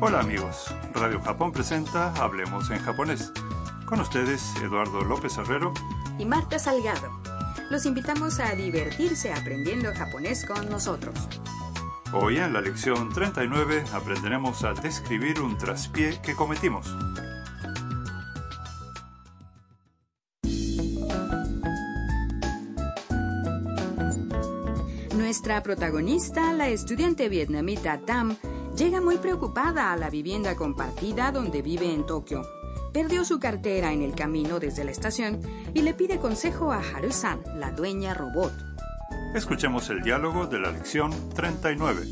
Hola amigos, Radio Japón presenta Hablemos en japonés. Con ustedes, Eduardo López Herrero. y Marta Salgado. Los invitamos a divertirse aprendiendo japonés con nosotros. Hoy en la lección 39 aprenderemos a describir un traspié que cometimos. Nuestra protagonista, la estudiante vietnamita Tam, llega muy preocupada a la vivienda compartida donde vive en Tokio. Perdió su cartera en el camino desde la estación y le pide consejo a Haru-san, la dueña robot. Escuchemos el diálogo de la lección 39.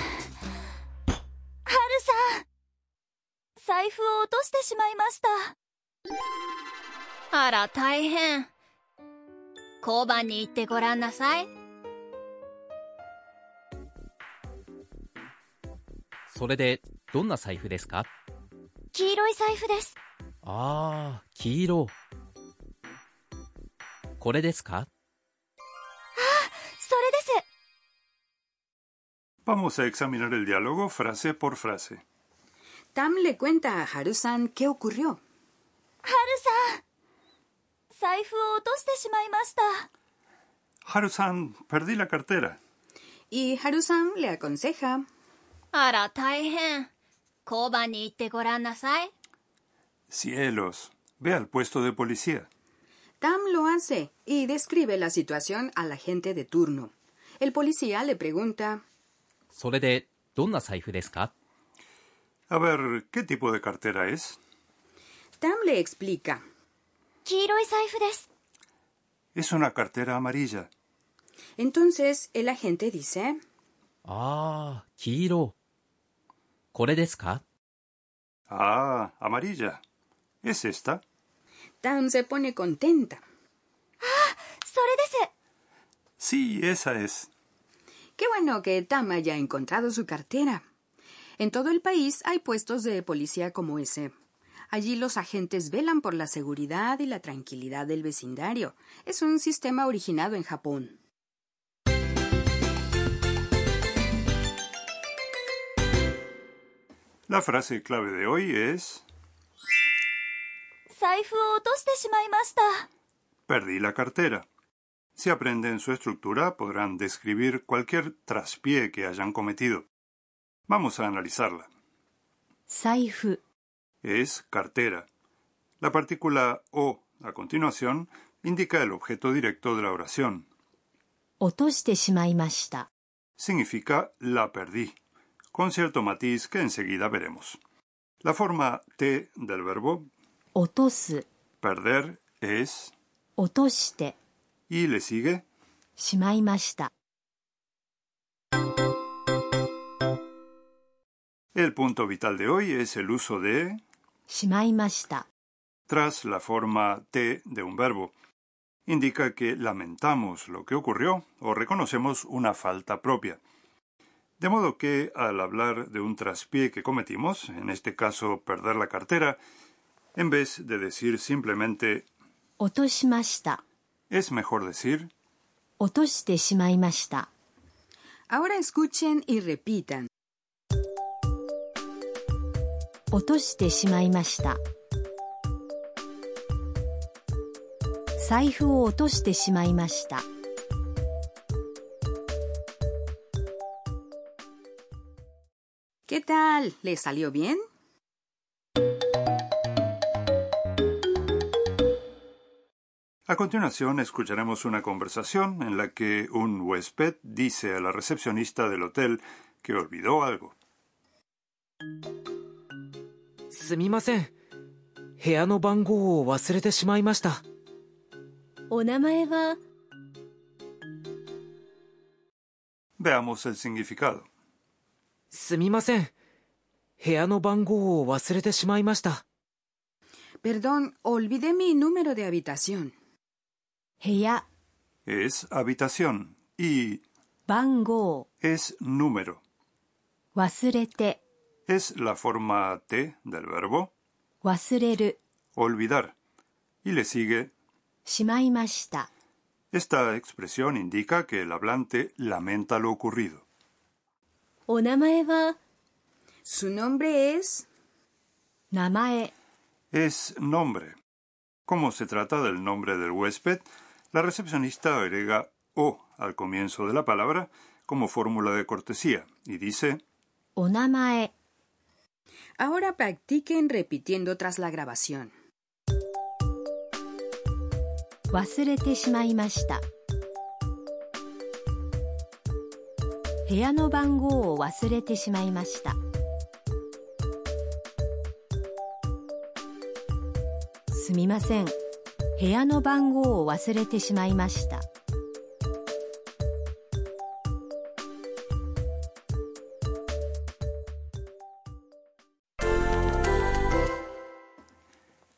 ハルさん財布を落としてしまいましたあら大変交番に行ってごらんなさいそれで、どんな財布ですか黄色い財布ですああ、黄色。これですかそれです Vamos a examinar el diálogo frase por frase. Tam le cuenta a Haru-san qué ocurrió. ハルさん財布を落としてしまいました Haru-san, perdí la cartera. Y Haru-san le aconseja. あら大変交番に行ってごらんなさい Cielos, ve al puesto de policía. Tam lo hace y describe la situación al agente de turno. El policía le pregunta. それで、どんな財布ですか A ver, ¿qué tipo de cartera es? Tam le explica. 黄色い財布です Es una cartera amarilla. Entonces el agente dice, ああ、黄色。これですか Ah, amarilla. ¿Es esta? Tam se pone contenta. それです Sí, esa es. Qué bueno que Tam haya encontrado su cartera. En todo el país hay puestos de policía como ese. Allí los agentes velan por la seguridad y la tranquilidad del vecindario. Es un sistema originado en Japón. La frase clave de hoy es 財布を落としてしまいました perdí la cartera. Si aprenden su estructura, podrán describir cualquier traspié que hayan cometido. Vamos a analizarla. 財布 Es cartera. La partícula o, a continuación, indica el objeto directo de la oración. 落としてしまいました significa la perdí, con cierto matiz que enseguida veremos. La forma T del verbo 落とす perder es 落として y le sigue しまいました el punto vital de hoy es el uso de しまいました tras la forma T de un verbo. Indica que lamentamos lo que ocurrió o reconocemos una falta propia. De modo que, al hablar de un traspié que cometimos, en este caso perder la cartera, en vez de decir simplemente 落としました es mejor decir 落としてしまいました Ahora escuchen y repitan. 落としてしまいました財布を落としてしまいました ¿Qué tal? ¿Le salió bien? A continuación escucharemos una conversación en la que un huésped dice a la recepcionista del hotel que olvidó algo. すみません部屋の番号を忘れてしまいましたお名前は Veamos el significado. すみません部屋の番号を忘れてしまいました Perdón, olvidé mi número de habitación. 部屋 Es habitación y 番号 es número. 忘れて Es la forma T del verbo 忘れる olvidar. Y le sigue しまいました Esta expresión indica que el hablante lamenta lo ocurrido. お名前は Su nombre es 名前 Es nombre. Como se trata del nombre del huésped, la recepcionista agrega o al comienzo de la palabra como fórmula de cortesía y dice お名前 Ahora practiquen repitiendo tras la grabación. 忘れてしまいました部屋の番号を忘れてしまいましたすみません部屋の番号を忘れてしまいました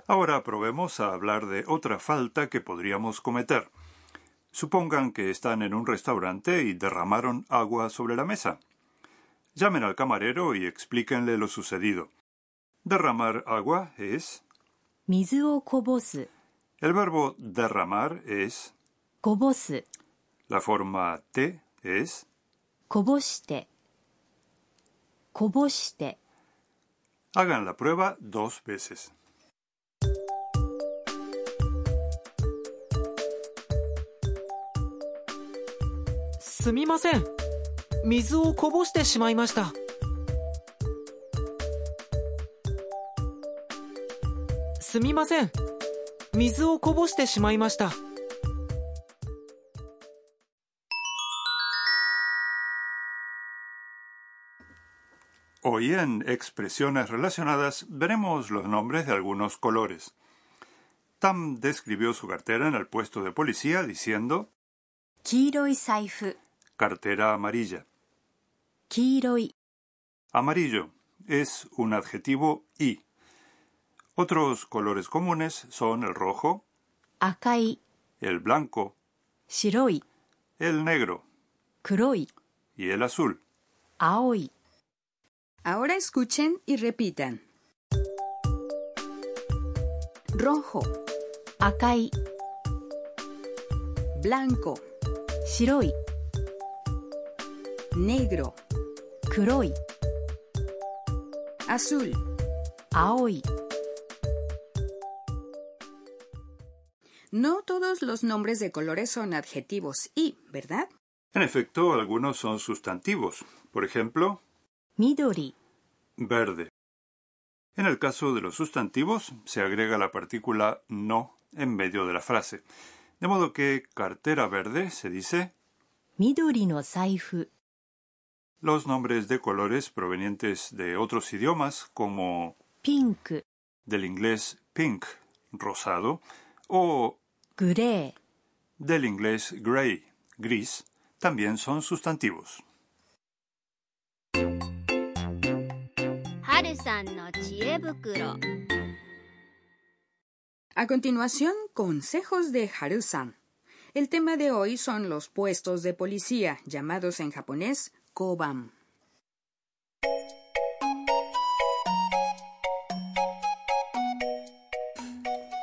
Ahora probemos a hablar de otra falta que podríamos cometer. Supongan que están en un restaurante y derramaron agua sobre la mesa. Llamen al camarero y explíquenle lo sucedido. Derramar agua es. 水をこぼす El verbo derramar es. こぼす La forma te es. こぼしてこぼして Hagan la prueba dos veces. すみません水をこぼしてしまいましたすみません水をこぼしてしまいました Hoy en expresiones relacionadas veremos los nombres de algunos colores. Tam describió su cartera en el puesto de policía diciendo 黄色い財布 cartera amarilla. 黄色い Amarillo es un adjetivo y. Otros colores comunes son el rojo, 赤い el blanco, 白い el negro 黒い y el azul. 青い Ahora escuchen y repitan. Rojo, 赤い blanco, 白い negro, 黒い azul. 青い No todos los nombres de colores son adjetivos y, ¿verdad? En efecto, algunos son sustantivos. Por ejemplo, 緑 verde. En el caso de los sustantivos, se agrega la partícula no en medio de la frase. De modo que cartera verde se dice 緑の財布 los nombres de colores provenientes de otros idiomas como ピンク del inglés pink, rosado, o グレー del inglés grey, gris, también son sustantivos. はるさんの知恵袋 A continuación, consejos de Harusan. El tema de hoy son los puestos de policía, llamados en japonés koban.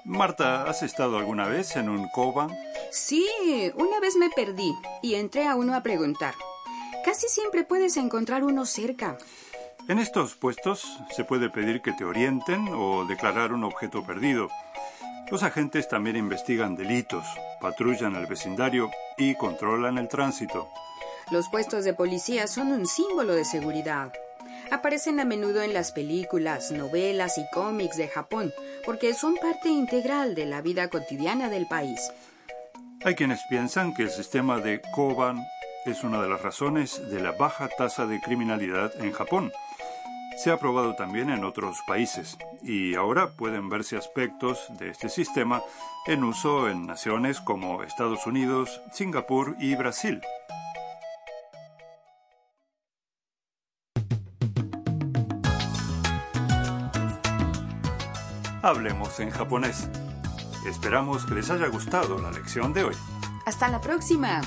Marta, ¿has estado alguna vez en un koban? Sí, una vez me perdí y entré a uno a preguntar. Casi siempre puedes encontrar uno cerca. En estos puestos se puede pedir que te orienten o declarar un objeto perdido. Los agentes también investigan delitos, patrullan el vecindario y controlan el tránsito. Los puestos de policía son un símbolo de seguridad. Aparecen a menudo en las películas, novelas y cómics de Japón, porque son parte integral de la vida cotidiana del país. Hay quienes piensan que el sistema de Koban es una de las razones de la baja tasa de criminalidad en Japón. Se ha probado también en otros países y ahora pueden verse aspectos de este sistema en uso en naciones como Estados Unidos, Singapur y Brasil. Hablemos en japonés. Esperamos que les haya gustado la lección de hoy. Hasta la próxima.